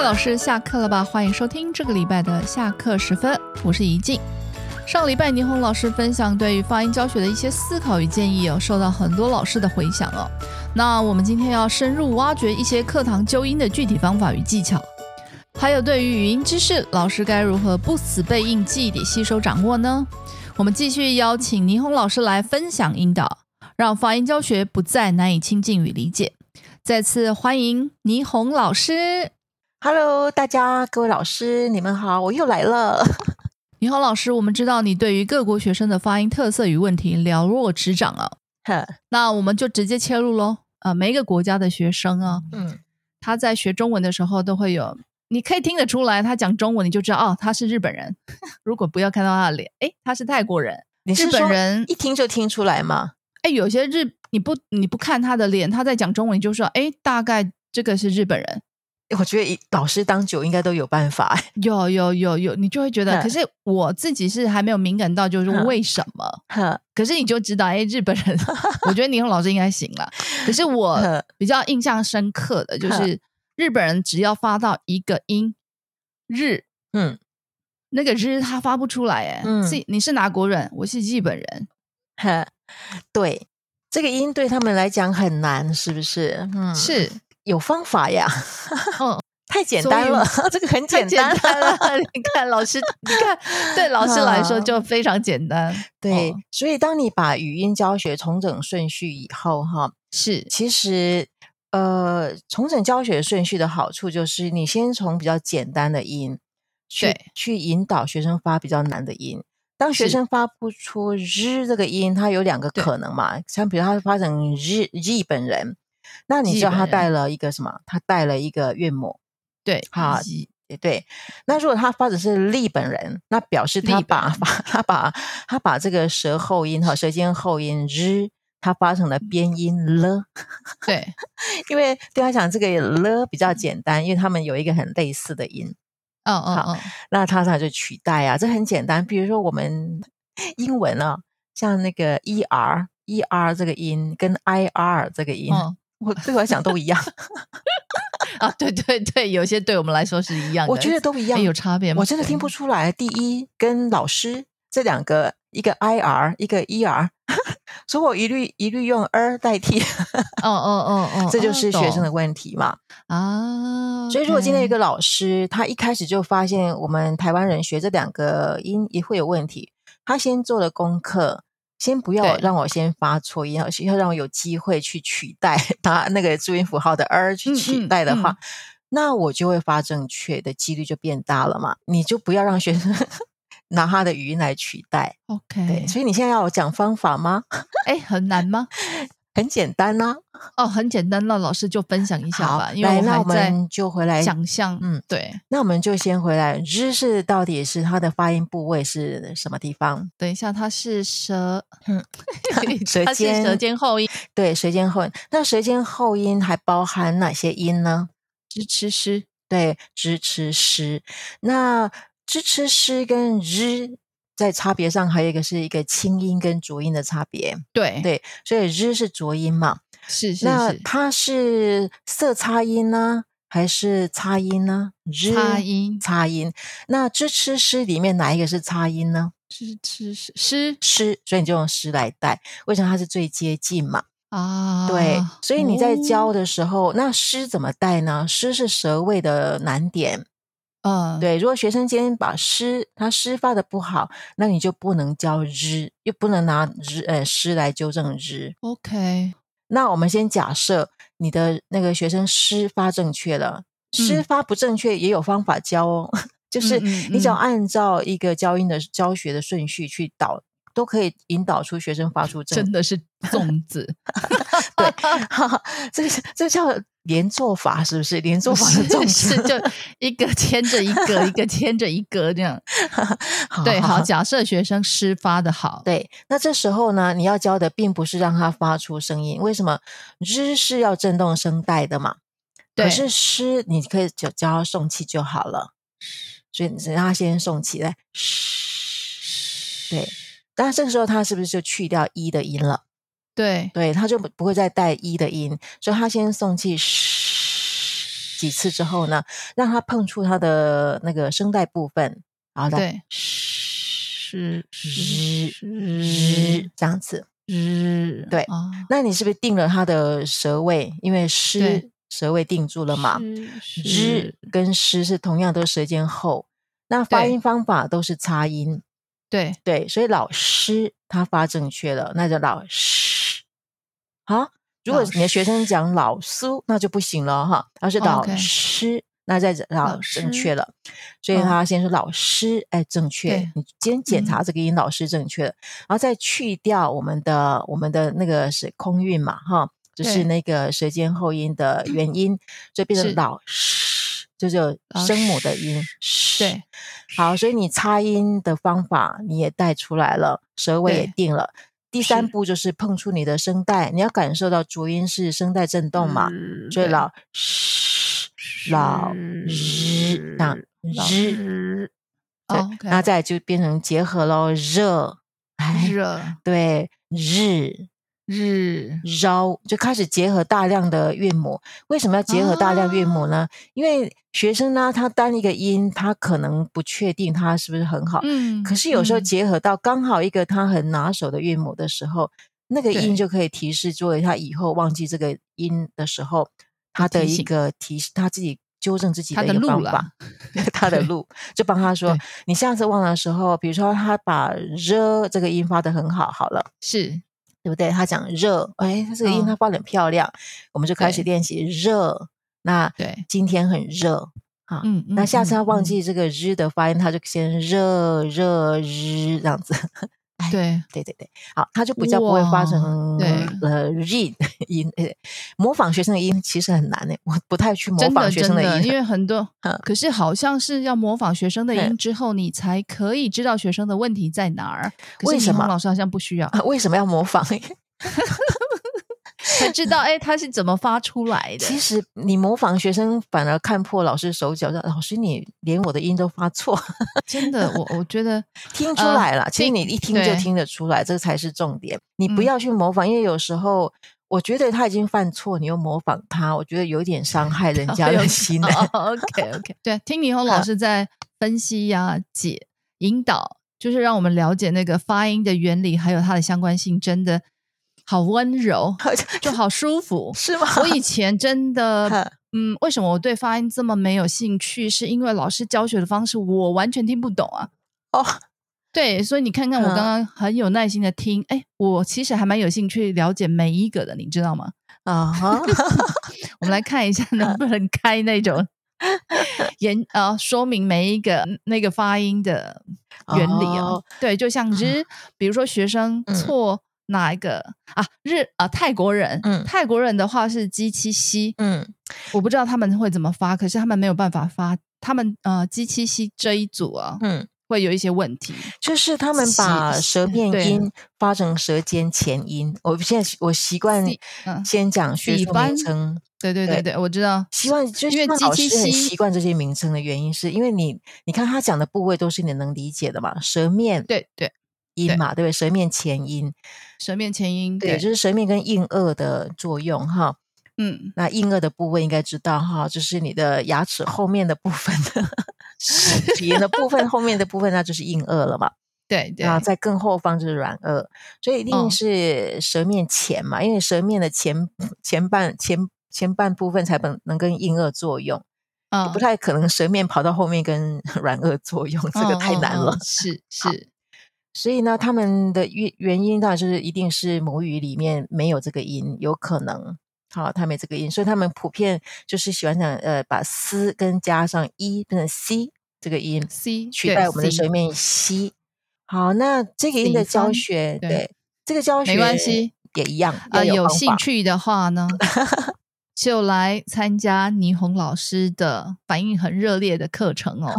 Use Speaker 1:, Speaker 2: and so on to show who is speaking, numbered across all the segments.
Speaker 1: 老师下课了吧？欢迎收听这个礼拜的下课时分，我是怡静。上礼拜倪虹老师分享对于发音教学的一些思考与建议哦，受到很多老师的回响哦。那我们今天要深入挖掘一些课堂纠音的具体方法与技巧，还有对于语音知识，老师该如何不死背硬、记忆点吸收掌握呢？我们继续邀请倪虹老师来分享引导，让发音教学不再难以亲近与理解。再次欢迎倪虹老师。
Speaker 2: Hello，大家各位老师，你们好，我又来了。
Speaker 1: 倪虹老师，我们知道你对于各国学生的发音特色与问题了若指掌啊，
Speaker 2: 哼
Speaker 1: 那我们就直接切入喽。啊，每一个国家的学生啊，
Speaker 2: 嗯，
Speaker 1: 他在学中文的时候都会有，你可以听得出来，他讲中文你就知道哦，他是日本人。 如果不要看到他的脸，诶，他是泰国人。
Speaker 2: 你
Speaker 1: 日
Speaker 2: 是
Speaker 1: 本
Speaker 2: 说
Speaker 1: 人
Speaker 2: 一听就听出来吗？
Speaker 1: 诶，有些日你不你不看他的脸，他在讲中文，你就说诶，大概这个是日本人。
Speaker 2: 我觉得一老师当久应该都有办法。
Speaker 1: 有有有有，你就会觉得，
Speaker 2: 嗯
Speaker 1: 可是我自己是还没有敏感到，就是
Speaker 2: 嗯
Speaker 1: 为什么？
Speaker 2: 哼
Speaker 1: 可是你就知道，哎，日本 人，我觉得倪虹老师应该行了。可是我
Speaker 2: 呵
Speaker 1: 比较印象深刻的就
Speaker 2: 呵
Speaker 1: 是，日本人只要发到一个音日，
Speaker 2: 嗯
Speaker 1: 那个日他发不出来，哎、
Speaker 2: 嗯
Speaker 1: 是你是哪国人？我是日本人，
Speaker 2: 哼，对，这个音对他们来讲很难，是不是？嗯，
Speaker 1: 是
Speaker 2: 有方法呀。
Speaker 1: 嗯，
Speaker 2: 太简
Speaker 1: 所以
Speaker 2: 单了， 这个很
Speaker 1: 太
Speaker 2: 简单。
Speaker 1: 简单了。 你看老 师，你看对老师来说
Speaker 2: 啊
Speaker 1: 就非常简单，
Speaker 2: 对，
Speaker 1: 哦
Speaker 2: 所以当你把语音教学重整顺序以后，哈，
Speaker 1: 是
Speaker 2: 其实，呃，重整教学顺序的好处就是，你先从比较简单的音去
Speaker 1: 对
Speaker 2: 去引导学生发比较难的音。当学
Speaker 1: 是
Speaker 2: 生发不出日这个音，它有两个
Speaker 1: 对
Speaker 2: 可能嘛，像比如他发成日日本人，那你
Speaker 1: 日
Speaker 2: 知道
Speaker 1: 本
Speaker 2: 他带
Speaker 1: 人
Speaker 2: 了一个什么？他带了一个岳母，
Speaker 1: 对，
Speaker 2: 好
Speaker 1: 以
Speaker 2: 也对。那如果他发的是日本人，那表示他
Speaker 1: 日本
Speaker 2: 把
Speaker 1: 人
Speaker 2: 把他把他把这个舌后音和舌尖后音日，他发成了
Speaker 1: 嗯
Speaker 2: 边音了。
Speaker 1: 对
Speaker 2: 因为对他讲这个了比较简单，因为他们有一个很类似的音，
Speaker 1: 嗯嗯
Speaker 2: 好
Speaker 1: 嗯，
Speaker 2: 那他他就取代啊，这很简单。比如说我们英文啊，像那个 e r e r 这个音跟 i r 这个音，
Speaker 1: 嗯
Speaker 2: 我对我来讲都一样，
Speaker 1: 啊，对对对，有些对我们来说是一样的，
Speaker 2: 我觉得都一
Speaker 1: 哎
Speaker 2: 样，
Speaker 1: 有差别吗？
Speaker 2: 我真的
Speaker 1: 对
Speaker 2: 听不出来。第一跟老师这两个，一个 i r 一个 e r，所以 我一律一律用 r 代替，
Speaker 1: 哦哦哦哦，
Speaker 2: 这就
Speaker 1: 啊
Speaker 2: 是学生
Speaker 1: 懂
Speaker 2: 的问题嘛。
Speaker 1: 啊。
Speaker 2: 所以，如果今天有
Speaker 1: OK
Speaker 2: 一个老师，他一开始就发现我们台湾人学这两个音也会有问题，他先做了功课，先不要
Speaker 1: 对
Speaker 2: 让我先发错音，要要让我有机会去取代他那个注音符号的 r 去
Speaker 1: 嗯
Speaker 2: 取
Speaker 1: 嗯
Speaker 2: 代的话，
Speaker 1: 嗯
Speaker 2: 那我就会发正确的几率就变大了嘛。你就不要让学生 拿他的语音来取代。对，
Speaker 1: OK，
Speaker 2: 所以你现在要我讲方法吗？
Speaker 1: 哎，很难吗？
Speaker 2: 很简单啊呐、
Speaker 1: 哦，很简单，那老师就分享一下
Speaker 2: 好
Speaker 1: 吧，因为
Speaker 2: 来那
Speaker 1: 还
Speaker 2: 我
Speaker 1: 在
Speaker 2: 们就回来
Speaker 1: 想象，
Speaker 2: 嗯，
Speaker 1: 对，
Speaker 2: 那我们就先回来，日是到底是它的发音部位是什么地方？
Speaker 1: 等一下，它是舌，
Speaker 2: 嗯舌
Speaker 1: 它是舌
Speaker 2: 尖
Speaker 1: 尖后音，
Speaker 2: 对，舌尖后音。那舌尖后音还包含哪些音呢？
Speaker 1: 支持诗，
Speaker 2: 对，支、吃、诗。那支、吃、诗跟日在差别上还有一个是一个清音跟浊音的差别。
Speaker 1: 对，
Speaker 2: 对，所以日是浊音嘛？
Speaker 1: 是是
Speaker 2: 那
Speaker 1: 是，
Speaker 2: 它是色差音呢，还是擦音呢？日
Speaker 1: 擦音
Speaker 2: 擦音。那支、吃、诗里面哪一个是擦音呢？
Speaker 1: 支持诗诗
Speaker 2: 诗，所以你就用诗来带。为什么它是最接近嘛？
Speaker 1: 啊，
Speaker 2: 对，所以你在教
Speaker 1: 的，
Speaker 2: 的时候，那诗怎么带呢？诗是舌位的难点。
Speaker 1: 嗯，
Speaker 2: 对，如果学生今天把诗他诗发的不好，那你就不能教日，又不能拿日呃诗来纠正日。
Speaker 1: ，OK，
Speaker 2: 那我们先假设你的那个学生诗发正确了，诗
Speaker 1: 嗯
Speaker 2: 发不正确也有方法教哦， 就是
Speaker 1: 嗯嗯
Speaker 2: 你只要
Speaker 1: 嗯
Speaker 2: 按照一个教音的教学的顺序去导，都可以引导出学生发出正
Speaker 1: 真的是粽子，
Speaker 2: 对，哈哈， 这个是这叫连做法，是不是？连 做法的
Speaker 1: 是
Speaker 2: 重
Speaker 1: 是
Speaker 2: 视。
Speaker 1: 就一个牵着一个，一个牵着一个这 样。对，好，假设学生诗发的好，
Speaker 2: 对。那这时候呢，你要教的并不是让它发出声音，为什么？日是要震动声带的嘛。
Speaker 1: 对
Speaker 2: 可是诗，你可以就教它送气就好了。所以你只让它先送气来， 对。但这个时候，它是不是就去掉一的音了？
Speaker 1: 对
Speaker 2: 对，它就不不会再带一的音，所以它先送气，几次之后呢，让它碰触它的那个声带部分，然后再
Speaker 1: 对，是
Speaker 2: 日
Speaker 1: 是
Speaker 2: 这样子。
Speaker 1: 日，
Speaker 2: 对
Speaker 1: 啊，
Speaker 2: 那你是不是定了它的舌位？因为湿
Speaker 1: 对
Speaker 2: 舌位定住了嘛，
Speaker 1: 是
Speaker 2: 日
Speaker 1: 是，
Speaker 2: 跟湿是同样都舌尖后，那发
Speaker 1: 对
Speaker 2: 音方法都是擦音，
Speaker 1: 对，
Speaker 2: 对，所以老师他发正确了，那就老师。好，如果
Speaker 1: 老
Speaker 2: 你的学生讲老苏，那就不行了哈，他是
Speaker 1: 哦
Speaker 2: 老
Speaker 1: ，OK
Speaker 2: 师，那再老
Speaker 1: 老
Speaker 2: 正确
Speaker 1: 师
Speaker 2: 了，所以
Speaker 1: 嗯
Speaker 2: 他先说老师，哎，正确
Speaker 1: 对，嗯
Speaker 2: 你先检查这个音，老师正确了，然后再去掉我们的我们的那个是空韵嘛，哈，就是
Speaker 1: 对
Speaker 2: 那个舌尖后音的元音，所以变成
Speaker 1: 是
Speaker 2: 老师，这就
Speaker 1: 老
Speaker 2: 声母的音，
Speaker 1: 对，
Speaker 2: 好，所以你擦音的方法你也带出来了，舌尾也
Speaker 1: 对
Speaker 2: 定了。第三
Speaker 1: 是
Speaker 2: 步就是碰触你的声带，你要感受到浊音是声带震动嘛，
Speaker 1: 日
Speaker 2: 所
Speaker 1: 嗯
Speaker 2: 以
Speaker 1: 对
Speaker 2: 老师老日这样
Speaker 1: 老
Speaker 2: 日，
Speaker 1: 日，
Speaker 2: 对
Speaker 1: 哦，OK，
Speaker 2: 那再来就变成结合喽，热，哎，
Speaker 1: 热
Speaker 2: 对，日
Speaker 1: 日，
Speaker 2: 绕就开始结合大量的韵母。为什么要结合大量韵母呢？因为学生呢，他单一个音，他可能不确定他是不是很好，
Speaker 1: 嗯，
Speaker 2: 可是有时候
Speaker 1: 嗯
Speaker 2: 结合到刚好一个他很拿手的韵母的时候，那个音
Speaker 1: 对
Speaker 2: 就可以提示作为他以后忘记这个音的时候，他的
Speaker 1: 提
Speaker 2: 一
Speaker 1: 醒
Speaker 2: 个提示，他自己纠正自己
Speaker 1: 他
Speaker 2: 的
Speaker 1: 的
Speaker 2: 一个
Speaker 1: 路
Speaker 2: 方
Speaker 1: 了
Speaker 2: 法， 他的
Speaker 1: 对
Speaker 2: 路就帮他说
Speaker 1: 对，
Speaker 2: 你下次忘了的时候，比如说他把热这个音发的很好，好了。
Speaker 1: 是
Speaker 2: 对不对？他讲热，哎，他这个音
Speaker 1: 嗯
Speaker 2: 他发的很漂亮，我们就开始
Speaker 1: 对
Speaker 2: 练习热。那
Speaker 1: 对，
Speaker 2: 今天很热，
Speaker 1: 嗯，
Speaker 2: 那
Speaker 1: 嗯
Speaker 2: 下次
Speaker 1: 嗯
Speaker 2: 他忘
Speaker 1: 嗯
Speaker 2: 记这个日的发音，他就先热热日这样子。哎
Speaker 1: 对
Speaker 2: 对对对，好，他就比较不会发成
Speaker 1: 哇对
Speaker 2: 呃 read 音。呃模仿学生的音其实很难呢，我不太去模
Speaker 1: 真
Speaker 2: 仿
Speaker 1: 的
Speaker 2: 学
Speaker 1: 真
Speaker 2: 生
Speaker 1: 的，因
Speaker 2: 音。
Speaker 1: 为很多
Speaker 2: 嗯，
Speaker 1: 可是好像是要模仿学生的
Speaker 2: 对
Speaker 1: 音之后，你才可以知道学生的问题在哪儿。可是
Speaker 2: 为
Speaker 1: 倪
Speaker 2: 什么
Speaker 1: 虹老师好像不需要，
Speaker 2: 啊 为什么要 模仿？
Speaker 1: 才知道哎，他是怎么发出来的？
Speaker 2: 其实你模仿学生反而看破老师手脚，说老师你连我的音都发错，
Speaker 1: 真的，我我觉 得
Speaker 2: 听出
Speaker 1: 呃
Speaker 2: 来了。其实
Speaker 1: 听
Speaker 2: 你一听就
Speaker 1: 对
Speaker 2: 听得出来，这才是重点。你不
Speaker 1: 嗯
Speaker 2: 要去模仿，因为有时候我觉得他已经犯错，你又模仿他，我觉得有点伤 害人家
Speaker 1: 会有
Speaker 2: 的心、欸。
Speaker 1: 哦 OK OK，对，听李红老师在分析呀、解、引导，就是让我们了解那个发音的原理，还有它的相关性，真的好温柔，就好舒服。
Speaker 2: 是吗？
Speaker 1: 我以前真
Speaker 2: 哈
Speaker 1: 的，嗯，为什么我对发音这么没有兴趣？是因为老师教学的方式我完全听不懂啊。
Speaker 2: 哦，
Speaker 1: 对，所以你看看我
Speaker 2: 嗯
Speaker 1: 刚刚很有耐心的听，哎、我其实还蛮有兴趣了解每一个的，你知道吗？
Speaker 2: 啊 哈，
Speaker 1: 我们来看一下
Speaker 2: 嗯
Speaker 1: 能不能开那 种言呃说明每一个那个发音的原理哦
Speaker 2: 哦。
Speaker 1: 对，就像日，比如说学生
Speaker 2: 嗯
Speaker 1: 错哪一个啊日啊泰国人
Speaker 2: 嗯，
Speaker 1: 泰国人的话是 g 七西，
Speaker 2: 嗯，
Speaker 1: 我不知道他们会怎么发，可是他们没有办法发，他们呃 g 七西这一组啊
Speaker 2: 嗯，
Speaker 1: 会有一些问题。
Speaker 2: 就是他们把
Speaker 1: 习
Speaker 2: 舌面
Speaker 1: 对
Speaker 2: 音发成舌尖前音。我现在我习惯
Speaker 1: 习嗯
Speaker 2: 先讲学
Speaker 1: 习
Speaker 2: 术名
Speaker 1: 惯
Speaker 2: 称，
Speaker 1: 对对对对，我知道，
Speaker 2: 习惯就是
Speaker 1: 因为
Speaker 2: 老师
Speaker 1: GTC
Speaker 2: 很习惯这些名称的原因，是因为你你看他讲的部位都是你能理解的嘛，舌面
Speaker 1: 对对，
Speaker 2: 音嘛，对不对？舌面前音，
Speaker 1: 舌面前音，
Speaker 2: 对，就是舌面跟硬腭的作用哈。
Speaker 1: 嗯，
Speaker 2: 那硬腭的部位应该知道哈，就是你的牙齿后面的 部分，齿龈的部分后面的部分，那就是硬腭了嘛。
Speaker 1: 对对
Speaker 2: 然，啊后在更后方就是软腭，所以一定
Speaker 1: 哦
Speaker 2: 是舌面前嘛，因为舌面的前前半前前半部分才能能跟硬腭作用，
Speaker 1: 嗯
Speaker 2: 不太可能舌面跑到后面跟 软腭作用，这个
Speaker 1: 嗯
Speaker 2: 太
Speaker 1: 嗯
Speaker 2: 难
Speaker 1: 嗯
Speaker 2: 了。
Speaker 1: 是是，
Speaker 2: 所以呢，他们的原原因当然就是一定是母语里面没有这个音，有可能。好，他没这个音，所以他们普遍就是喜欢讲，呃，把“丝”跟加上“一”变成 “c” 这个音，
Speaker 1: C
Speaker 2: 取
Speaker 1: 对
Speaker 2: 代我们的
Speaker 1: C
Speaker 2: 舌面吸。好，那这个音的
Speaker 1: 顶
Speaker 2: 教
Speaker 1: 分
Speaker 2: 学，
Speaker 1: 对
Speaker 2: 对这个教学
Speaker 1: 没关系，
Speaker 2: 也一样，
Speaker 1: 呃，
Speaker 2: 要
Speaker 1: 有
Speaker 2: 方
Speaker 1: 兴
Speaker 2: 法。
Speaker 1: 趣的话 呢，就来参加倪虹老师的反应很热烈的课程 哦。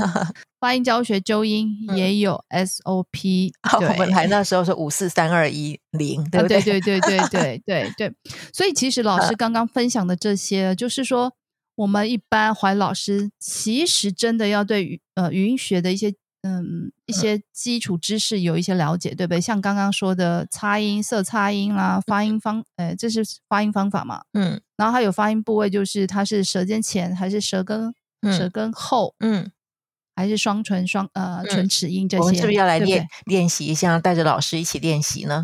Speaker 1: 发音教学纠音
Speaker 2: 嗯
Speaker 1: 也有 SOP，、
Speaker 2: 好
Speaker 1: 对
Speaker 2: 我们来那时候是五四三二一零，对
Speaker 1: 啊
Speaker 2: 不对？嗯
Speaker 1: 对对对对对对，所以其实老师刚刚分享的这些，就是说我们一般怀老师其实真的要对语呃语音学的一些嗯一些基础知识有一些了解，对不对？像刚刚说的擦音、色擦音啦，发音方，呃，这是发音方法嘛？
Speaker 2: 嗯
Speaker 1: 然后还有发音部位，就是它是舌尖前还是舌根、
Speaker 2: 嗯
Speaker 1: 舌根后，
Speaker 2: 嗯，
Speaker 1: 还是双唇双呃
Speaker 2: 嗯
Speaker 1: 唇齿音这些？
Speaker 2: 我们是不是要来
Speaker 1: 对对
Speaker 2: 练练习一下，带着老师一起练习 呢？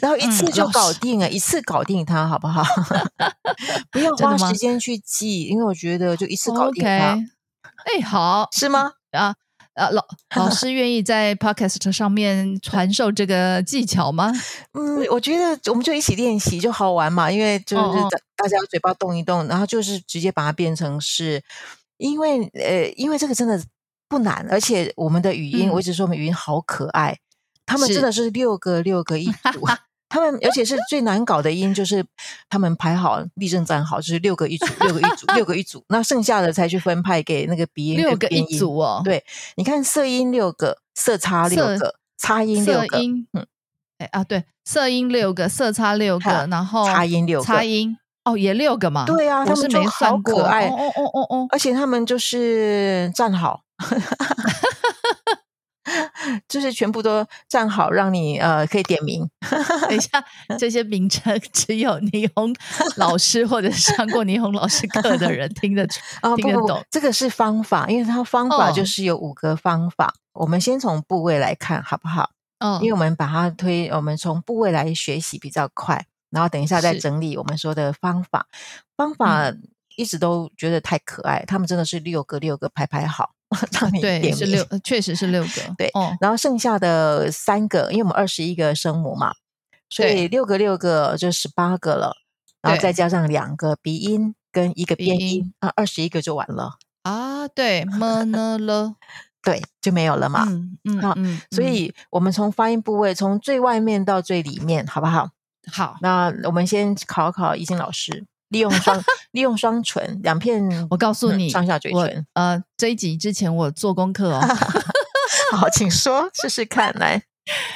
Speaker 2: 然后一次
Speaker 1: 嗯
Speaker 2: 就
Speaker 1: 老
Speaker 2: 搞
Speaker 1: 师
Speaker 2: 定啊了，一次搞定它，好不 好？不要
Speaker 1: 真的
Speaker 2: 花
Speaker 1: 吗
Speaker 2: 时间去记，因为我觉得就一次搞定它，
Speaker 1: OK，哎，好，
Speaker 2: 是吗？
Speaker 1: 呃，老老师愿意在 Podcast 上面传授这个技巧 吗？
Speaker 2: 嗯，我觉得我们就一起练习就好玩嘛，因为就是
Speaker 1: 哦哦
Speaker 2: 大大家嘴巴动一动，然后就是直接把它变成是，因为呃，因为这个真的不难，而且我们的语音，
Speaker 1: 嗯
Speaker 2: 我一直说我们语音好可爱，他们
Speaker 1: 是
Speaker 2: 真的是六个六个一组。 他们而且是最难搞的音，就是他们排好立正站好，就是六个一组，六个一组，六个一组，那剩下的才去分派给那个鼻音。
Speaker 1: 六个一。组哦，
Speaker 2: 对你看色音六个，色差六
Speaker 1: 色
Speaker 2: 个，擦音六
Speaker 1: 色
Speaker 2: 个，
Speaker 1: 音
Speaker 2: 嗯，
Speaker 1: 哎啊，对，色音六个，色差六
Speaker 2: 还
Speaker 1: 个
Speaker 2: 有，
Speaker 1: 然后
Speaker 2: 擦音六个，
Speaker 1: 擦音哦也六个嘛，
Speaker 2: 对啊
Speaker 1: 我
Speaker 2: 他
Speaker 1: 是
Speaker 2: 们就
Speaker 1: 没
Speaker 2: 好
Speaker 1: 算
Speaker 2: 可
Speaker 1: 过
Speaker 2: 爱
Speaker 1: 哦哦哦 哦哦，
Speaker 2: 而且他们就是站好， 就是全部都站好，让你呃可以点名。
Speaker 1: 等一下，这些名称只有倪 虹老师或者上过倪虹老师课的人听得出
Speaker 2: 啊、不
Speaker 1: 听得
Speaker 2: 不不
Speaker 1: 懂，
Speaker 2: 这个是方法，因为它方法就
Speaker 1: 哦
Speaker 2: 是有五个方法。我们先从部位来看好不好？
Speaker 1: 嗯
Speaker 2: 因为我们把它推，我们从部位来学习比较快。然后等一下再
Speaker 1: 是嗯
Speaker 2: 整理我们说的方法，方法一直都觉得太可爱，他们真的是六个六个排排好， 让你点
Speaker 1: 对，
Speaker 2: 名。
Speaker 1: 是六，呃确实是六个，
Speaker 2: 对
Speaker 1: 哦，
Speaker 2: 然后剩下的三个，因为我们二十一个声母嘛，所以
Speaker 1: 对
Speaker 2: 六个六个就十八个了，然后
Speaker 1: 对
Speaker 2: 再加上两个鼻音跟一个
Speaker 1: 鼻
Speaker 2: 变
Speaker 1: 音
Speaker 2: 音啊，二十一个就完了，
Speaker 1: 啊，对么呢了，
Speaker 2: 对，就没有了嘛。
Speaker 1: 嗯嗯
Speaker 2: 好
Speaker 1: 嗯，
Speaker 2: 所
Speaker 1: 嗯
Speaker 2: 以我们从发音部位从最外面到最里面，好不好？
Speaker 1: 嗯好，
Speaker 2: 那我们先考考怡静老师，利 用双利用双唇两片，
Speaker 1: 我告诉
Speaker 2: 嗯
Speaker 1: 你，
Speaker 2: 上下嘴
Speaker 1: 我
Speaker 2: 唇，
Speaker 1: 呃，这一集之前我做功 课哦。
Speaker 2: 好，请说试试看，来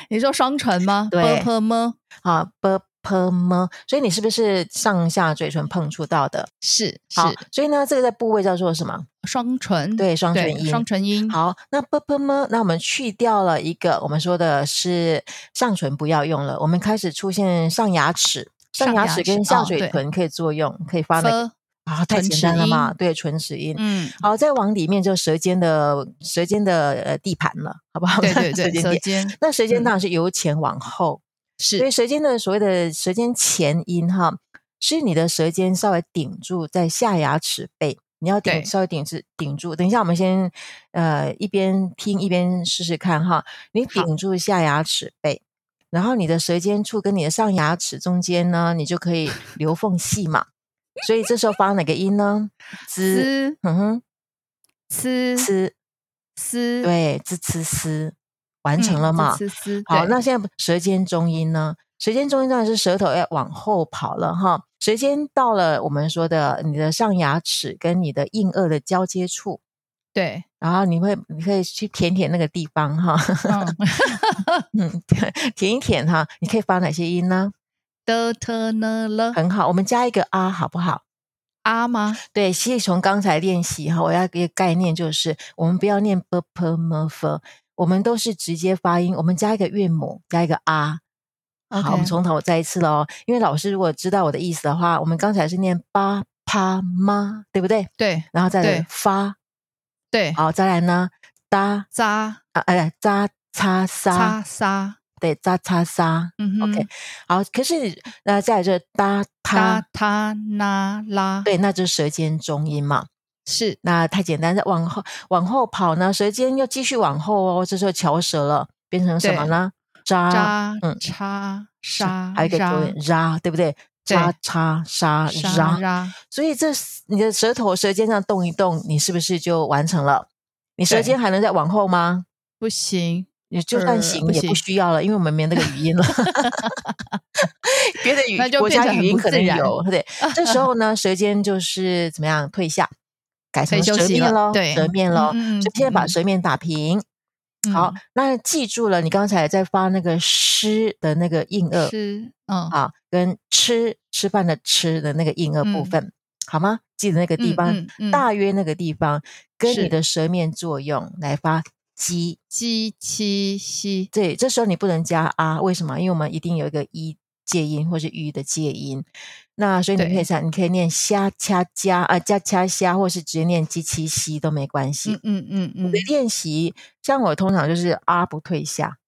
Speaker 1: 你说双唇吗？
Speaker 2: 对
Speaker 1: 啵啵么？
Speaker 2: 啊，b p m，所以你是不是上下嘴唇碰触到的？
Speaker 1: 是是
Speaker 2: 好，所以呢，这个在部位叫做什么？
Speaker 1: 双唇，
Speaker 2: 对双唇音
Speaker 1: 双唇音。
Speaker 2: 好，那 b b m，那我们去掉了一个，我们说的是上唇不要用了，我们开始出现上牙齿，上
Speaker 1: 上
Speaker 2: 牙
Speaker 1: 牙
Speaker 2: 齿
Speaker 1: 齿
Speaker 2: 跟下
Speaker 1: 哦
Speaker 2: 嘴
Speaker 1: 对
Speaker 2: 唇可以作用，可以发那个
Speaker 1: ，f
Speaker 2: 啊，太
Speaker 1: 唇
Speaker 2: 简
Speaker 1: 齿
Speaker 2: 单了嘛，
Speaker 1: 音
Speaker 2: 对，唇齿音。
Speaker 1: 嗯，
Speaker 2: 好，再往里面就舌尖的舌尖的呃地盘了，好不好？
Speaker 1: 对对
Speaker 2: 舌
Speaker 1: 对，
Speaker 2: 尖
Speaker 1: 舌
Speaker 2: 地
Speaker 1: 尖
Speaker 2: 那舌尖
Speaker 1: 嗯
Speaker 2: 当然是由前往后，所
Speaker 1: 是
Speaker 2: 以舌尖的所谓的舌尖前音哈，是你的舌尖稍微顶住在下牙齿背，你要
Speaker 1: 对
Speaker 2: 顶稍微顶是顶住。等一下，我们先呃一边听一边试试看哈，你
Speaker 1: 好
Speaker 2: 顶住下牙齿背。然后你的舌尖处跟你的上牙齿中间呢，你就可以留缝隙嘛。所以这时候发哪个音呢？滋，
Speaker 1: 呲
Speaker 2: 嗯哼，
Speaker 1: 呲
Speaker 2: 呲，
Speaker 1: 呲，
Speaker 2: 对，滋呲呲，完
Speaker 1: 嗯，
Speaker 2: 成了嘛？
Speaker 1: 呲呲。
Speaker 2: 好，
Speaker 1: 对
Speaker 2: 那现在舌尖中音呢？舌尖中音当然是舌头要往后跑了哈，舌尖到了我们说的你的上牙齿跟你的硬腭的交接处，
Speaker 1: 对，
Speaker 2: 然后你会你可以去舔舔那个地方哈，
Speaker 1: 嗯
Speaker 2: 嗯，舔一舔哈，你可以发哪些音呢？
Speaker 1: 的特呢了
Speaker 2: 很好，我们加一个啊，好不好？
Speaker 1: 啊吗？
Speaker 2: 对，其实从刚才练习哈，我要一个概念就是，我们不要念 b p m f，我们都是直接发音，我们加一个韵母，加一个啊。好，我们
Speaker 1: OK
Speaker 2: 从头再一次喽。因为老师如果知道我的意思的话，我们刚才是念八啪妈，对不对？
Speaker 1: 对
Speaker 2: 然后再来
Speaker 1: 对
Speaker 2: 发，
Speaker 1: 对，
Speaker 2: 好，再来呢哒
Speaker 1: 扎
Speaker 2: 啊哎扎
Speaker 1: 擦
Speaker 2: 叉沙，
Speaker 1: 沙，
Speaker 2: 对扎叉沙。
Speaker 1: 嗯哼
Speaker 2: OK，好，可是那再来就是哒
Speaker 1: 哒
Speaker 2: 它，
Speaker 1: 他那拉，
Speaker 2: 对，那就是舌尖中音嘛。
Speaker 1: 是
Speaker 2: 那太简单，再往后往后跑呢，舌尖又继续往后哦，这时候翘舌了，变成什么
Speaker 1: 对
Speaker 2: 呢？扎
Speaker 1: 扎
Speaker 2: 嗯
Speaker 1: 叉沙，
Speaker 2: 还有一个啊
Speaker 1: 扎
Speaker 2: 就扎，对不对？扎
Speaker 1: 对
Speaker 2: 叉沙
Speaker 1: 沙
Speaker 2: 扎，
Speaker 1: 拉，
Speaker 2: 所以这是你的舌头舌尖上动一动，你是不是就完成了？你舌
Speaker 1: 对
Speaker 2: 尖还能再往后吗？
Speaker 1: 不行，
Speaker 2: 你就
Speaker 1: 呃
Speaker 2: 算行
Speaker 1: 不
Speaker 2: 也不
Speaker 1: 行
Speaker 2: 需要了，因为我们没那个语音了。 别的语
Speaker 1: 那就
Speaker 2: 国
Speaker 1: 变
Speaker 2: 家
Speaker 1: 成很
Speaker 2: 语音
Speaker 1: 不
Speaker 2: 可
Speaker 1: 自
Speaker 2: 能
Speaker 1: 然
Speaker 2: 有，对。这时候呢，舌尖就是怎么样退下，改
Speaker 1: 可
Speaker 2: 成
Speaker 1: 以休
Speaker 2: 舌
Speaker 1: 息
Speaker 2: 面
Speaker 1: 了
Speaker 2: 喽，
Speaker 1: 对
Speaker 2: 舌面喽。
Speaker 1: 嗯嗯
Speaker 2: 所以现在把
Speaker 1: 嗯
Speaker 2: 舌面打平。好
Speaker 1: 嗯，
Speaker 2: 那记住了，你刚才在发那个“诗”的那个硬腭
Speaker 1: 吃，嗯，
Speaker 2: 啊，跟吃吃饭的吃的那个硬腭部
Speaker 1: 嗯
Speaker 2: 分，好吗？记得那个地
Speaker 1: 嗯
Speaker 2: 方，
Speaker 1: 嗯嗯
Speaker 2: 大约那个地方跟
Speaker 1: 是
Speaker 2: 你的舌面作用来发鸡。
Speaker 1: 鸡七西
Speaker 2: 对，这时候你不能加啊，为什么？因为我们一定有一个一介音或是吁的介音，那所以你
Speaker 1: 对
Speaker 2: 可以想，你可以念虾掐加啊，加掐虾，或是直接念鸡七西都没关系。
Speaker 1: 嗯嗯嗯
Speaker 2: 我
Speaker 1: 嗯
Speaker 2: 的，练习，像我通常就是啊不退下，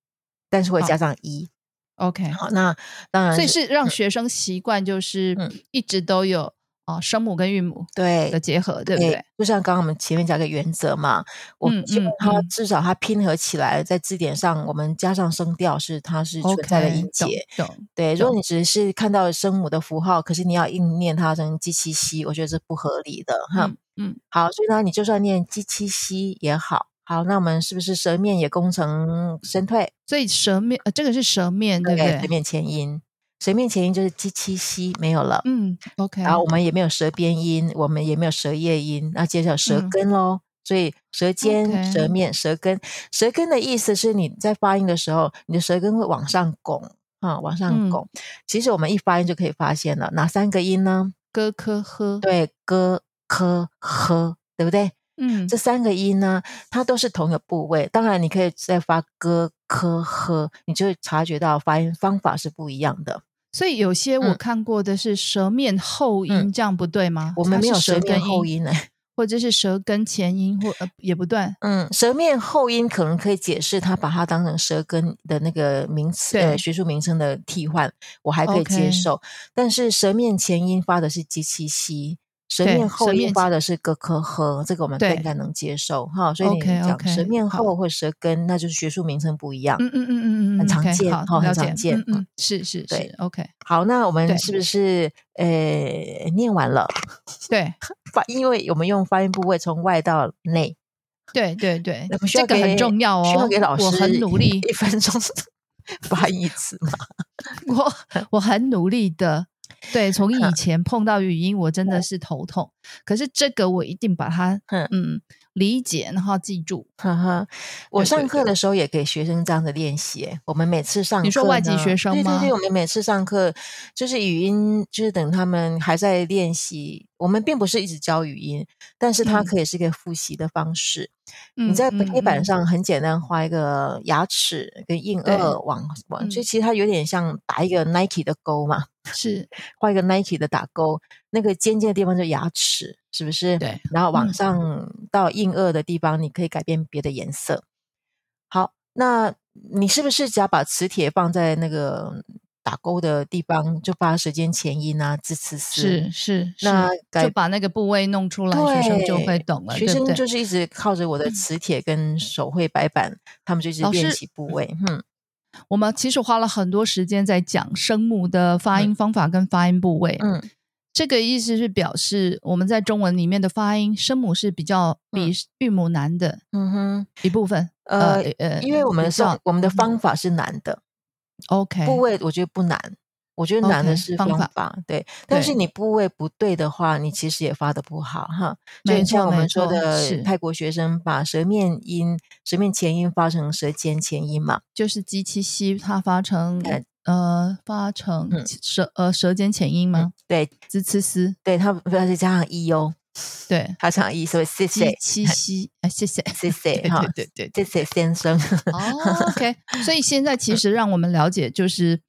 Speaker 2: 但是会
Speaker 1: 好
Speaker 2: 加上一。
Speaker 1: OK，
Speaker 2: 好，那当然
Speaker 1: 哦所以是让学生习惯，就是
Speaker 2: 嗯
Speaker 1: 一直都有啊声母跟韵母
Speaker 2: 对
Speaker 1: 的结合，对不对？
Speaker 2: 就像刚刚我们前面讲一个原则嘛，我
Speaker 1: 嗯
Speaker 2: 希望
Speaker 1: 嗯
Speaker 2: 它
Speaker 1: 嗯
Speaker 2: 至少它拼合起来，在字典上我们加上声调是它是存
Speaker 1: OK，
Speaker 2: 在的音节。
Speaker 1: 懂懂
Speaker 2: 对，如果
Speaker 1: 懂
Speaker 2: 你只是看到声母的符号，可是你要硬念它成 G 七 C，我觉得是不合理的哈。
Speaker 1: 嗯嗯，
Speaker 2: 好，所以呢，你就算念 G 七 C 也好，好，那我们是不是舌面也功成身退？
Speaker 1: 所以舌面呃，这个是舌面，对不
Speaker 2: 舌
Speaker 1: 对？
Speaker 2: 面前音，舌面前音就是 G 七 C 没有了。
Speaker 1: 嗯，OK，
Speaker 2: 然后我们也没有舌边音，我们也没有舌叶音，那接着舌
Speaker 1: 嗯
Speaker 2: 根喽。所以舌尖、舌
Speaker 1: OK
Speaker 2: 面、舌根，舌根的意思是你在发音的时候，你的舌根会往上拱啊、往上
Speaker 1: 嗯
Speaker 2: 拱。其实我们一发音就可以发现了，哪三个音呢？
Speaker 1: 咯科呵，
Speaker 2: 对，咯、科、呵，对不对？
Speaker 1: 嗯
Speaker 2: 这三个音呢，它都是同一个部位。当然，你可以在发咯、科、呵，你就会察觉到发音方法是不一样的。
Speaker 1: 所以有些我
Speaker 2: 嗯
Speaker 1: 看过的是舌面后音，
Speaker 2: 嗯
Speaker 1: 这样不对吗？
Speaker 2: 我
Speaker 1: 它
Speaker 2: 们没
Speaker 1: 是
Speaker 2: 有舌
Speaker 1: 舌
Speaker 2: 面
Speaker 1: 根
Speaker 2: 后音呢、
Speaker 1: 或者是舌根前音，或呃也不对。
Speaker 2: 嗯，舌面后音可能可以解释，他把它当成舌根的那个名词，
Speaker 1: 对
Speaker 2: 呃，学术名称的替换，我还可以接
Speaker 1: OK
Speaker 2: 受。但是舌面前音发的是 g 七 c，舌
Speaker 1: 对
Speaker 2: 面后
Speaker 1: 舌
Speaker 2: 音
Speaker 1: 面
Speaker 2: 发
Speaker 1: 前
Speaker 2: 的是 g k h，这个我们
Speaker 1: 对
Speaker 2: 更加能接受哈。所以你
Speaker 1: OK，
Speaker 2: 讲
Speaker 1: OK，
Speaker 2: 舌面
Speaker 1: 好
Speaker 2: 后或舌根，那就是学术名称不一样。
Speaker 1: 嗯嗯嗯嗯嗯，
Speaker 2: 很常
Speaker 1: OK，
Speaker 2: 见
Speaker 1: 好，
Speaker 2: 哦很
Speaker 1: 了
Speaker 2: 常
Speaker 1: 解，
Speaker 2: 见
Speaker 1: 嗯嗯，是是
Speaker 2: 对
Speaker 1: 是，OK，
Speaker 2: 好，那我
Speaker 1: 对
Speaker 2: 们是不是呃念完了？
Speaker 1: 对
Speaker 2: 发，因为我们用发音部位从外到内，
Speaker 1: 对对对
Speaker 2: 我们，需
Speaker 1: 这
Speaker 2: 要
Speaker 1: 个很
Speaker 2: 给
Speaker 1: 重要哦，
Speaker 2: 需要给老师
Speaker 1: 我很努力，
Speaker 2: 一分钟发音一次 吗？
Speaker 1: 我我很努力的，对，从以
Speaker 2: 嗯
Speaker 1: 前碰到语音，我真的是头痛。可是这个我一定把它
Speaker 2: 嗯
Speaker 1: 嗯理解，然后记住。
Speaker 2: 哈哈，我
Speaker 1: 嗯对对
Speaker 2: 上课的时候也给学生这样的练习欸。我们每次上课呢，
Speaker 1: 你说外籍学生吗
Speaker 2: 对对对，我们每次上课就是语音，就是等他们还在练习。我们并不是一直教语音，但是它
Speaker 1: 嗯
Speaker 2: 可以是一个复习的方式。
Speaker 1: 嗯，
Speaker 2: 你在
Speaker 1: 嗯
Speaker 2: 黑板
Speaker 1: 嗯
Speaker 2: 上很简单画一个牙齿跟硬
Speaker 1: 对
Speaker 2: 腭往往，
Speaker 1: 嗯
Speaker 2: 就其实它有点像打一个 Nike 的勾嘛，
Speaker 1: 是
Speaker 2: 画一个 Nike 的打勾，那个尖尖的地方就是牙齿，是不是？
Speaker 1: 对
Speaker 2: 然后往
Speaker 1: 嗯
Speaker 2: 上到硬腭的地方，你可以改变别的颜色。好，那你是不是只要把磁铁放在那个打勾的地方，就发舌尖前音啊，吱吱嘶？
Speaker 1: 是是，是
Speaker 2: 那改
Speaker 1: 就把那个部位弄出来，
Speaker 2: 对，
Speaker 1: 学生就会懂了，
Speaker 2: 学
Speaker 1: 呃对不对？
Speaker 2: 生就是一直靠着我的磁铁跟手绘白板，他们就一直
Speaker 1: 老
Speaker 2: 练
Speaker 1: 师
Speaker 2: 习部位。嗯，
Speaker 1: 我们其实花了很多时间在讲声母的发音方法跟发音部位。
Speaker 2: 嗯，
Speaker 1: 这个意思是表示我们在中文里面的发音声母是比较比韵母难的
Speaker 2: 嗯哼，
Speaker 1: 一部分。
Speaker 2: 嗯呃
Speaker 1: 呃
Speaker 2: 因为我们
Speaker 1: 比
Speaker 2: 的
Speaker 1: 较
Speaker 2: 送我们的
Speaker 1: 嗯
Speaker 2: 方法是难的，
Speaker 1: OK
Speaker 2: 部位我觉得不难，我觉得难的
Speaker 1: 哎 OK，
Speaker 2: 是
Speaker 1: 方
Speaker 2: 方
Speaker 1: 法
Speaker 2: 法，对。但是
Speaker 1: 对
Speaker 2: 你部位不对的话，你其实也发的不好哈。就
Speaker 1: 没
Speaker 2: 很
Speaker 1: 错
Speaker 2: 像我
Speaker 1: 没
Speaker 2: 们说
Speaker 1: 错是
Speaker 2: 的泰国学生把舌面音、舌面前音发成舌尖前音嘛，
Speaker 1: 就是极其西，它发成
Speaker 2: 哎
Speaker 1: 呃发成
Speaker 2: 嗯
Speaker 1: 舌呃舌尖前音吗？
Speaker 2: 对
Speaker 1: 滋呲丝，
Speaker 2: 对，他不要再加上一哦，
Speaker 1: 对，
Speaker 2: 他加上 E，一，所以谢
Speaker 1: 极
Speaker 2: 谢
Speaker 1: 其 西，哎，谢谢，
Speaker 2: 谢
Speaker 1: 对
Speaker 2: 谢哈
Speaker 1: 对，对对对。
Speaker 2: 谢谢先生。
Speaker 1: 哦，OK，所以现在其实让我们了解，就是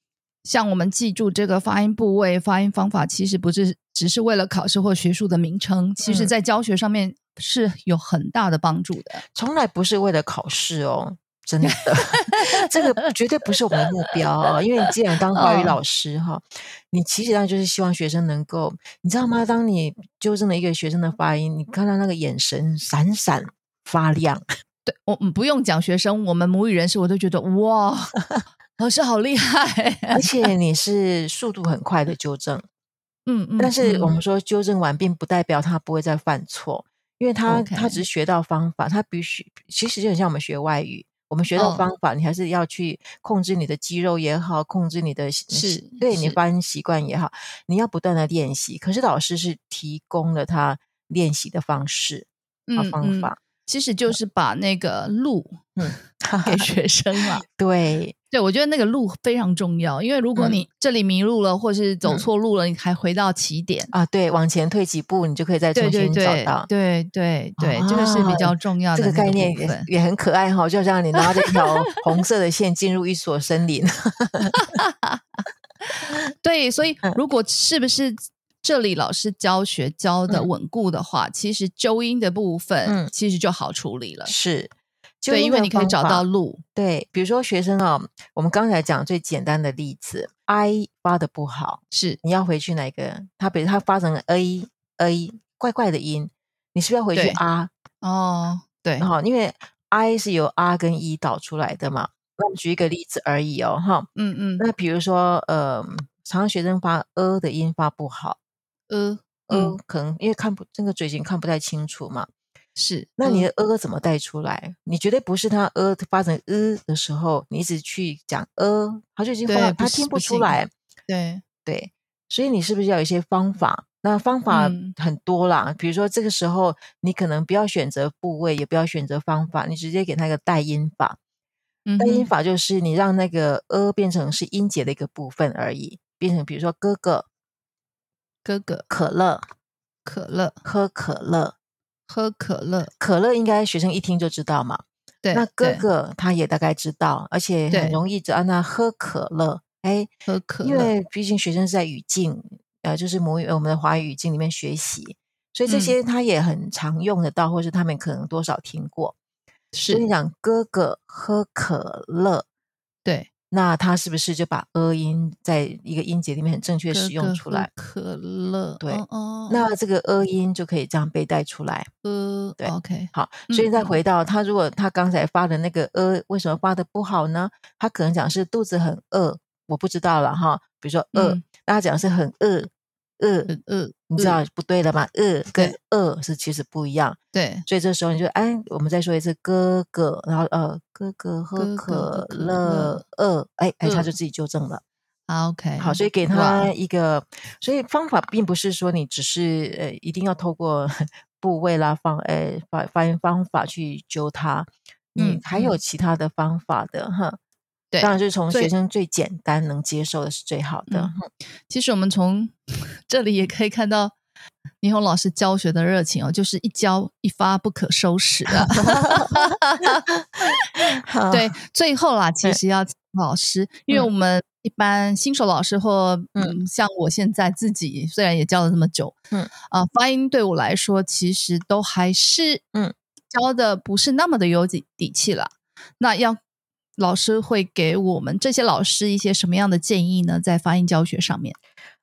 Speaker 1: 像我们记住这个发音部位、发音方法，其实不是只是为了考试或学术的名称，其实
Speaker 2: 嗯
Speaker 1: 在教学上面是有很大的帮助的。
Speaker 2: 从来不是为了考试哦，真的， 这个绝对不是我们的目标哦。因为你既然当华语
Speaker 1: 嗯
Speaker 2: 老师哈、你其实上就是希望学生能够，你知道吗？当你纠正了一个学生的发音，你看到那个眼神闪闪发亮，
Speaker 1: 对我嗯不用讲学生，我们母语人士我都觉得 哇，老师好厉害。
Speaker 2: 而且你是速度很快的纠正。
Speaker 1: 嗯嗯，
Speaker 2: 但是我
Speaker 1: 嗯
Speaker 2: 们说纠正完，并不代表他不会再犯错，因为他他
Speaker 1: OK
Speaker 2: 只是学到方法，他必须其实就很像我们学外语，我们学到
Speaker 1: 嗯
Speaker 2: 方法，你还是要去控制你的肌肉也好，控制你的
Speaker 1: 是
Speaker 2: 对你
Speaker 1: 是
Speaker 2: 发音习惯也好，你要不断的练习。可是老师是提供了他练习的方式和
Speaker 1: 嗯
Speaker 2: 方
Speaker 1: 嗯
Speaker 2: 法，嗯
Speaker 1: 其实就是把那个路给学生了。
Speaker 2: 对，
Speaker 1: 对，我觉得那个路非常重要，因为如
Speaker 2: 嗯
Speaker 1: 果你这里迷路了，或是走错路了，你还回到起点。
Speaker 2: 啊，对，往前退几步，你就可以再
Speaker 1: 对
Speaker 2: 重
Speaker 1: 对
Speaker 2: 新找
Speaker 1: 对
Speaker 2: 到。
Speaker 1: 对对对，这个是比
Speaker 2: 啊
Speaker 1: 较重要
Speaker 2: 这
Speaker 1: 的
Speaker 2: 个
Speaker 1: 那
Speaker 2: 概念
Speaker 1: 部分
Speaker 2: 也也很可爱哈、就好像你拉着一条红色的线进入一所森林。
Speaker 1: 对，所以
Speaker 2: 嗯
Speaker 1: 如果是不是这里老师教学教的
Speaker 2: 嗯
Speaker 1: 稳固的话，其实纠音的部分、
Speaker 2: 嗯
Speaker 1: 其实就好处理了。
Speaker 2: 是，就
Speaker 1: 对，因为你可以找到路。
Speaker 2: 对，比如说学生啊、我们刚才讲最简单的例子，I 发的不好，
Speaker 1: 是
Speaker 2: 你要回去哪一个？他比如他发成 A A 怪怪的音，你是不是要回去
Speaker 1: 对
Speaker 2: R？
Speaker 1: 哦，对，
Speaker 2: 哈，因为 I 是由 R 跟 E 导出来的嘛。那举一个例子而已哦，哈。
Speaker 1: 嗯嗯
Speaker 2: 那比如说，呃，常常学生发呃的音发不好，
Speaker 1: 呃
Speaker 2: 呃，
Speaker 1: 嗯
Speaker 2: 可能因为看不这个嘴型看不太清楚嘛。
Speaker 1: 是，
Speaker 2: 那你
Speaker 1: 呃
Speaker 2: 的呃怎么带出来？你绝对不是他呃发成呃的时候，你一直去讲呃，他就已经
Speaker 1: 对
Speaker 2: 发
Speaker 1: 不
Speaker 2: 他
Speaker 1: 是
Speaker 2: 听
Speaker 1: 不
Speaker 2: 不出
Speaker 1: 行
Speaker 2: 来。
Speaker 1: 对
Speaker 2: 对，所以你是不是要有一些方法？那方法
Speaker 1: 嗯
Speaker 2: 很多啦，比如说这个时候你可能不要选择部位，也不要选择方法，你直接给他一个带音法。
Speaker 1: 嗯
Speaker 2: 带音
Speaker 1: 哼
Speaker 2: 法就是你让那个呃变成是音节的一个部分而已，变成比如说哥哥
Speaker 1: 哥哥
Speaker 2: 可乐
Speaker 1: 可乐
Speaker 2: 喝可乐，
Speaker 1: 喝可乐，
Speaker 2: 可乐应该学生一听就知道嘛。
Speaker 1: 对，
Speaker 2: 那哥
Speaker 1: 对
Speaker 2: 哥他也大概知道，而且
Speaker 1: 对
Speaker 2: 很容易知道。那喝可乐，哎，
Speaker 1: 喝可
Speaker 2: 因
Speaker 1: 乐，
Speaker 2: 为毕竟学生是在语境，呃，就是母语，呃我们的华语语境里面学习，所以这
Speaker 1: 嗯
Speaker 2: 些他也很常用得到，或是他们可能多少听过。
Speaker 1: 是
Speaker 2: 所以你讲哥哥喝可乐，
Speaker 1: 对
Speaker 2: 那他是不是就把呃音在一个音节里面很正确
Speaker 1: 哥
Speaker 2: 地使用
Speaker 1: 哥
Speaker 2: 出
Speaker 1: 喝
Speaker 2: 来？
Speaker 1: 可乐，
Speaker 2: 对
Speaker 1: 哦哦，
Speaker 2: 那这个呃音就可以这样被带出来。
Speaker 1: 呃
Speaker 2: 对
Speaker 1: OK
Speaker 2: 好，所以再
Speaker 1: 嗯嗯
Speaker 2: 回到他，如果他刚才发的那个呃，为什么发的不好呢？他可能讲是肚子很饿，我不知道了哈。比如说饿，
Speaker 1: 嗯
Speaker 2: 那他讲是很饿，饿，
Speaker 1: 呃呃，
Speaker 2: 你知
Speaker 1: 呃
Speaker 2: 道不对了吧？饿跟
Speaker 1: 对
Speaker 2: 饿是其实不一样，
Speaker 1: 对
Speaker 2: 所以这时候你就哎，我们再说一次哥哥，然后呃，哥哥
Speaker 1: 哥
Speaker 2: 喝
Speaker 1: 哥喝
Speaker 2: 可
Speaker 1: 可
Speaker 2: 乐
Speaker 1: 乐，嗯
Speaker 2: 饿，哎哎，他
Speaker 1: 饿
Speaker 2: 就自己纠正了。
Speaker 1: 好啊 OK
Speaker 2: 好，所以给
Speaker 1: 哇
Speaker 2: 他一个，所以方法并不是说你只是呃一定要透过 部位啦方呃发发音方法去揪他，你
Speaker 1: 嗯
Speaker 2: 还有
Speaker 1: 嗯
Speaker 2: 其他的方法的哈。
Speaker 1: 对
Speaker 2: 当然是从
Speaker 1: 最
Speaker 2: 学生最简单能接受的是最好的。
Speaker 1: 嗯其实我们从 这里也可以看到倪虹老师教学的热情哦，就是一教一发不可收拾 啊。
Speaker 2: 好
Speaker 1: 嗯对，，最后啦，其
Speaker 2: 对
Speaker 1: 实要请老师，因为
Speaker 2: 嗯
Speaker 1: 我们一般新手老师或
Speaker 2: 嗯
Speaker 1: 嗯，像我现在自己虽然也教了这么久，
Speaker 2: 嗯
Speaker 1: 啊、发音对我来说其实都还是
Speaker 2: 嗯
Speaker 1: 教的不是那么的有底底气啦。那要老师会给我们这些老师一些什么样的建议呢？在发音教学上面，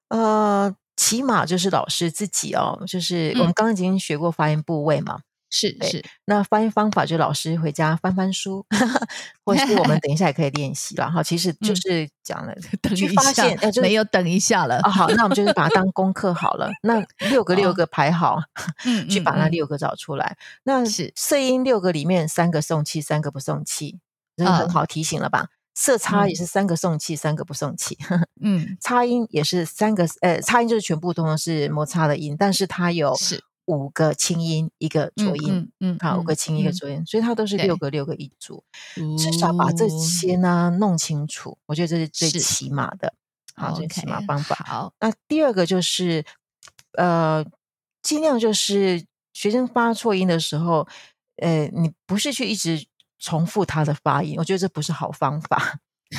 Speaker 2: 呃，起码就是老师自己哦，就是我
Speaker 1: 嗯
Speaker 2: 们刚刚已经学过发音部位嘛，
Speaker 1: 是
Speaker 2: 对
Speaker 1: 是，
Speaker 2: 那翻译方法就老师回家翻翻书， 或是 我们等一下也可以练习啦。哈。其实就
Speaker 1: 嗯
Speaker 2: 是讲了，
Speaker 1: 等
Speaker 2: 去
Speaker 1: 一
Speaker 2: 发
Speaker 1: 下
Speaker 2: 现呃，就是
Speaker 1: 没有等一下了，
Speaker 2: 啊，好，那我们就是把它当功课好了。那六个六
Speaker 1: 哦
Speaker 2: 个排好，
Speaker 1: 嗯
Speaker 2: 去
Speaker 1: 嗯
Speaker 2: 把那
Speaker 1: 嗯
Speaker 2: 六个找出来。那
Speaker 1: 是
Speaker 2: 色音六个里面三个送气，三个不送气，这个
Speaker 1: 啊
Speaker 2: 很好提醒了吧？色差也
Speaker 1: 嗯
Speaker 2: 是三个送气，三个不送气。
Speaker 1: 嗯
Speaker 2: 擦音也是三个，呃，擦音就是全部通通是摩擦的音，但是它有
Speaker 1: 是
Speaker 2: 五个清音，一个浊音。
Speaker 1: 嗯嗯嗯
Speaker 2: 好，五个
Speaker 1: 嗯
Speaker 2: 清一个浊音，所以它都是
Speaker 1: 对
Speaker 2: 六个六个一组，至少把这
Speaker 1: 哦
Speaker 2: 些呢弄清楚，我觉得这是最
Speaker 1: 是
Speaker 2: 起码的，好，最起码
Speaker 1: OK，
Speaker 2: 方法。
Speaker 1: 好，
Speaker 2: 那第二个就是，呃，尽量就是学生发错音的时候，呃，你不是去一直重复他的发音，我觉得这不是好方法。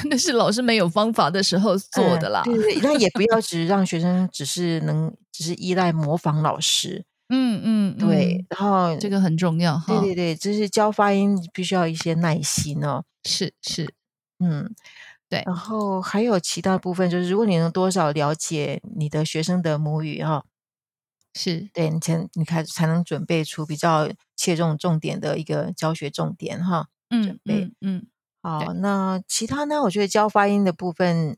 Speaker 1: 那是老师没有方法的时候做
Speaker 2: 嗯
Speaker 1: 的啦。
Speaker 2: 对对，对那也不要只让学生只是能只是依赖模仿老 师，
Speaker 1: 嗯嗯，
Speaker 2: 对，然后
Speaker 1: 嗯，这个很重要
Speaker 2: 对
Speaker 1: 哈。
Speaker 2: 对对，就是教发音必须要一些耐心哦。
Speaker 1: 是是，
Speaker 2: 嗯，
Speaker 1: 对
Speaker 2: 然后还有其他部分，就是如果你能多少了解你的学生的母语哈、
Speaker 1: 是
Speaker 2: 对你才你才才能准备出比较切中重点的一个教学重点哈。
Speaker 1: 嗯
Speaker 2: 准备
Speaker 1: 嗯嗯，
Speaker 2: 好，那其他呢？我觉得教发音的部分，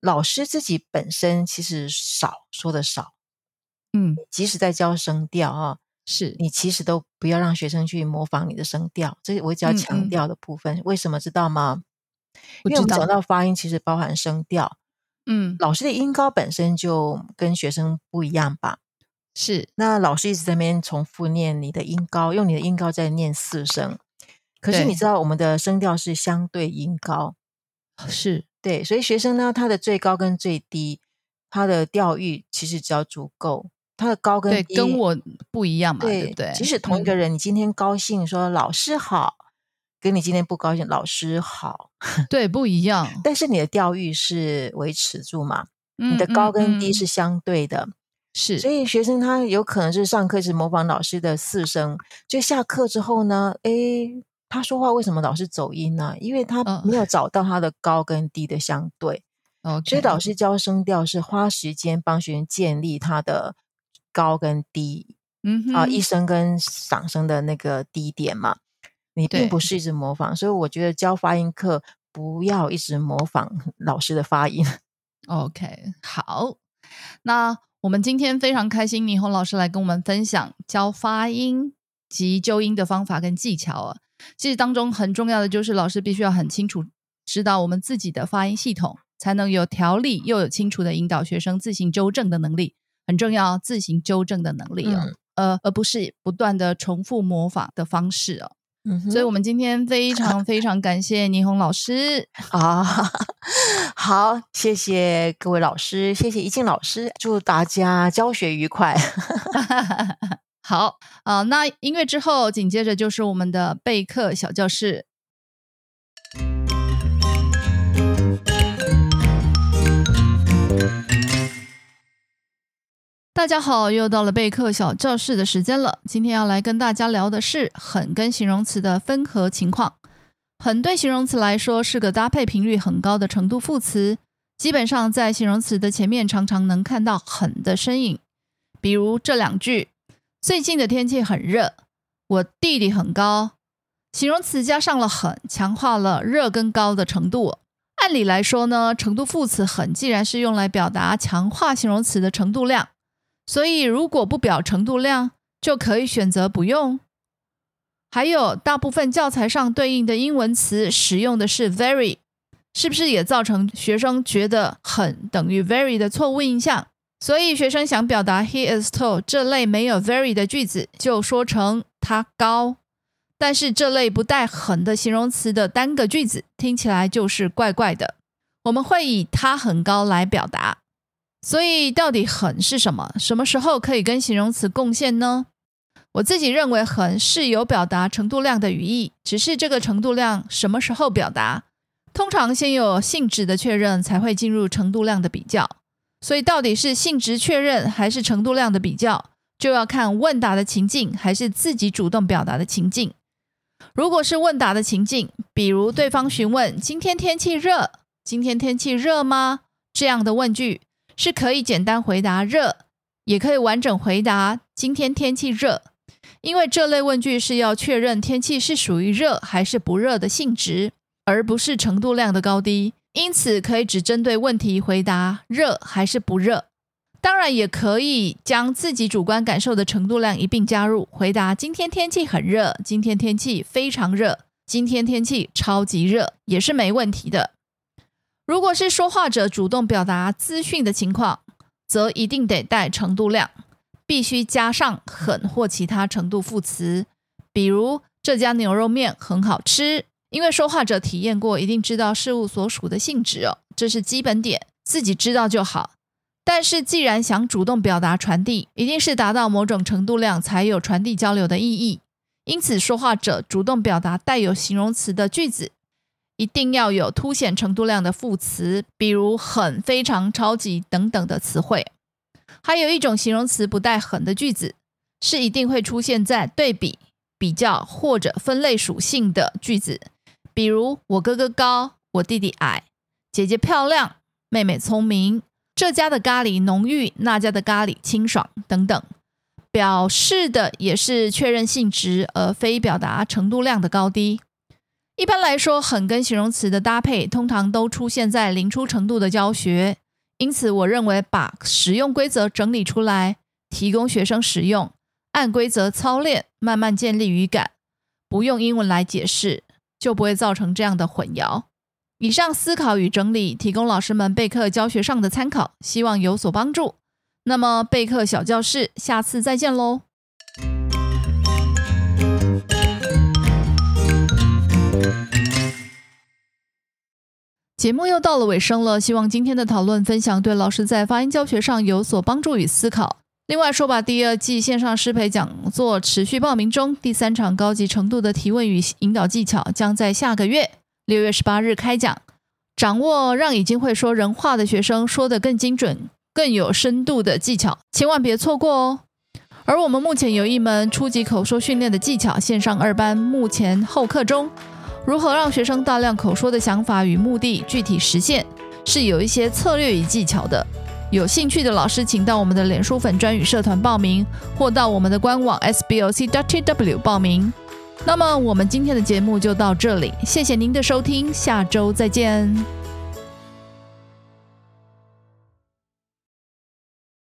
Speaker 2: 老师自己本身其实少说的少，
Speaker 1: 嗯
Speaker 2: 即使在教声调啊，
Speaker 1: 是
Speaker 2: 你其实都不要让学生去模仿你的声调，这是我只要
Speaker 1: 嗯
Speaker 2: 强
Speaker 1: 嗯
Speaker 2: 调的部分。为什么知道吗？
Speaker 1: 不
Speaker 2: 因为我
Speaker 1: 知
Speaker 2: 们
Speaker 1: 道
Speaker 2: 讲，到发音，其实包含声调，
Speaker 1: 嗯
Speaker 2: 老师的音高本身就跟学生不一样吧？
Speaker 1: 是
Speaker 2: 那老师一直在那边重复念你的音高，用你的音高在念四声。可是
Speaker 1: 对
Speaker 2: 你知道我们的声调是相对音高，
Speaker 1: 是，
Speaker 2: 对，所以学生呢，他的最高跟最低，他的调域其实只要足够，他的高跟
Speaker 1: 对，
Speaker 2: 低
Speaker 1: 跟我不一样嘛，对
Speaker 2: 对
Speaker 1: 不对？嗯
Speaker 2: 即使同一个人，你今天高兴说老师好，跟你今天不高兴老师好，
Speaker 1: 嗯对不一样，
Speaker 2: 但是你的调域是维持住嘛，
Speaker 1: 你
Speaker 2: 你的高跟低是相对的，
Speaker 1: 嗯是，
Speaker 2: 所以学生他有可能是上课是模仿老师的四声，就下课之后呢，诶，他说话为什么老是走音呢？因为他
Speaker 1: 嗯
Speaker 2: 没有找到他的高跟低的相对，所以
Speaker 1: OK
Speaker 2: 老师教声调是花时间帮学生建立他的高跟低
Speaker 1: 嗯哼
Speaker 2: 啊、一声跟嗓声的那个低点嘛。你并不是一直模仿，所以我觉得教发音课不要一直模仿老师的发音。
Speaker 1: OK，好，那我们今天非常开心，倪虹老师来跟我们分享教发音及纠音的方法跟技巧啊。其实当中很重要的就是老师必须要很清楚知道我们自己的发音系统，才能有条理又有清楚的引导学生自行纠正的能力，很重要，自行纠正的能力哦。呃，而不是不断的重复模仿的方式哦，
Speaker 2: 嗯哼
Speaker 1: 所以我们今天非常非常感谢倪虹老师，
Speaker 2: 啊， 好，谢谢各位老师，谢谢怡静老师，祝大家教学愉快。
Speaker 1: 好啊、呃那音乐之后，紧接着就是我们的备课小教室。大家好，又到了备课小教室的时间了。今天要来跟大家聊的是“很”跟形容词的分合情况。“很”对形容词来说是个搭配频率很高的程度副词，基本上在形容词的前面常常能看到“很”的身影。比如这两句：最近的天气很热，我弟弟很高。形容词加上了“很”，强化了热跟高的程度。按理来说呢，程度副词“很”既然是用来表达强化形容词的程度量，所以如果不表程度量，就可以选择不用。还有，大部分教材上对应的英文词使用的是 very，是不是也造成学生觉得“很”等于 very 的错误印象？所以学生想表达 he is tall 这类没有 very 的句子，就说成他高。但是这类不带“很”的形容词的单个句子，听起来就是怪怪的。我们会以他很高来表达。所以到底“很”是什么？什么时候可以跟形容词共现呢？我自己认为“很”是有表达程度量的语义，只是这个程度量什么时候表达，通常先有性质的确认，才会进入程度量的比较。所以到底是性质确认还是程度量的比较，就要看问答的情境还是自己主动表达的情境。如果是问答的情境，比如对方询问“今天天气热，今天天气热吗？”这样的问句，是可以简单回答“热”，也可以完整回答“今天天气热”，因为这类问句是要确认天气是属于热还是不热的性质。而不是程度量的高低，因此可以只针对问题回答热还是不热。当然，也可以将自己主观感受的程度量一并加入，回答今天天气很热，今天天气非常热，今天天气超级热，也是没问题的。如果是说话者主动表达资讯的情况，则一定得带程度量，必须加上“很”或其他程度副词，比如这家牛肉面很好吃，因为说话者体验过，一定知道事物所属的性质哦，这是基本点，自己知道就好。但是既然想主动表达传递，一定是达到某种程度量才有传递交流的意义。因此，说话者主动表达带有形容词的句子，一定要有凸显程度量的副词，比如很、非常、超级等等的词汇。还有一种形容词不带“很”的句子，是一定会出现在对比、比较或者分类属性的句子，比如我哥哥高，我弟弟矮，姐姐漂亮，妹妹聪明，这家的咖喱浓郁，那家的咖喱清爽等等。表示的也是确认性质，而非表达程度量的高低。一般来说，很跟形容词的搭配通常都出现在零出程度的教学，因此我认为把使用规则整理出来，提供学生使用，按规则操练，慢慢建立语感，不用英文来解释，就不会造成这样的混淆。以上思考与整理提供老师们备课教学上的参考，希望有所帮助。那么备课小教室，下次再见喽。节目又到了尾声了，希望今天的讨论分享对老师在发音教学上有所帮助与思考。另外，说吧第二季线上师培讲座持续报名中，第三场高级程度的提问与引导技巧将在下个月六月十八日开讲。掌握让已经会说人话的学生说得更精准、更有深度的技巧，千万别错过哦。而我们目前有一门初级口说训练的技巧线上二班，目前后课中。如何让学生大量口说的想法与目的具体实现，是有一些策略与技巧的。有兴趣的老师，请到我们的脸书粉专与社团报名，或到我们的官网 sboc.tw 报名。那么我们今天的节目就到这里，谢谢您的收听，下周再见。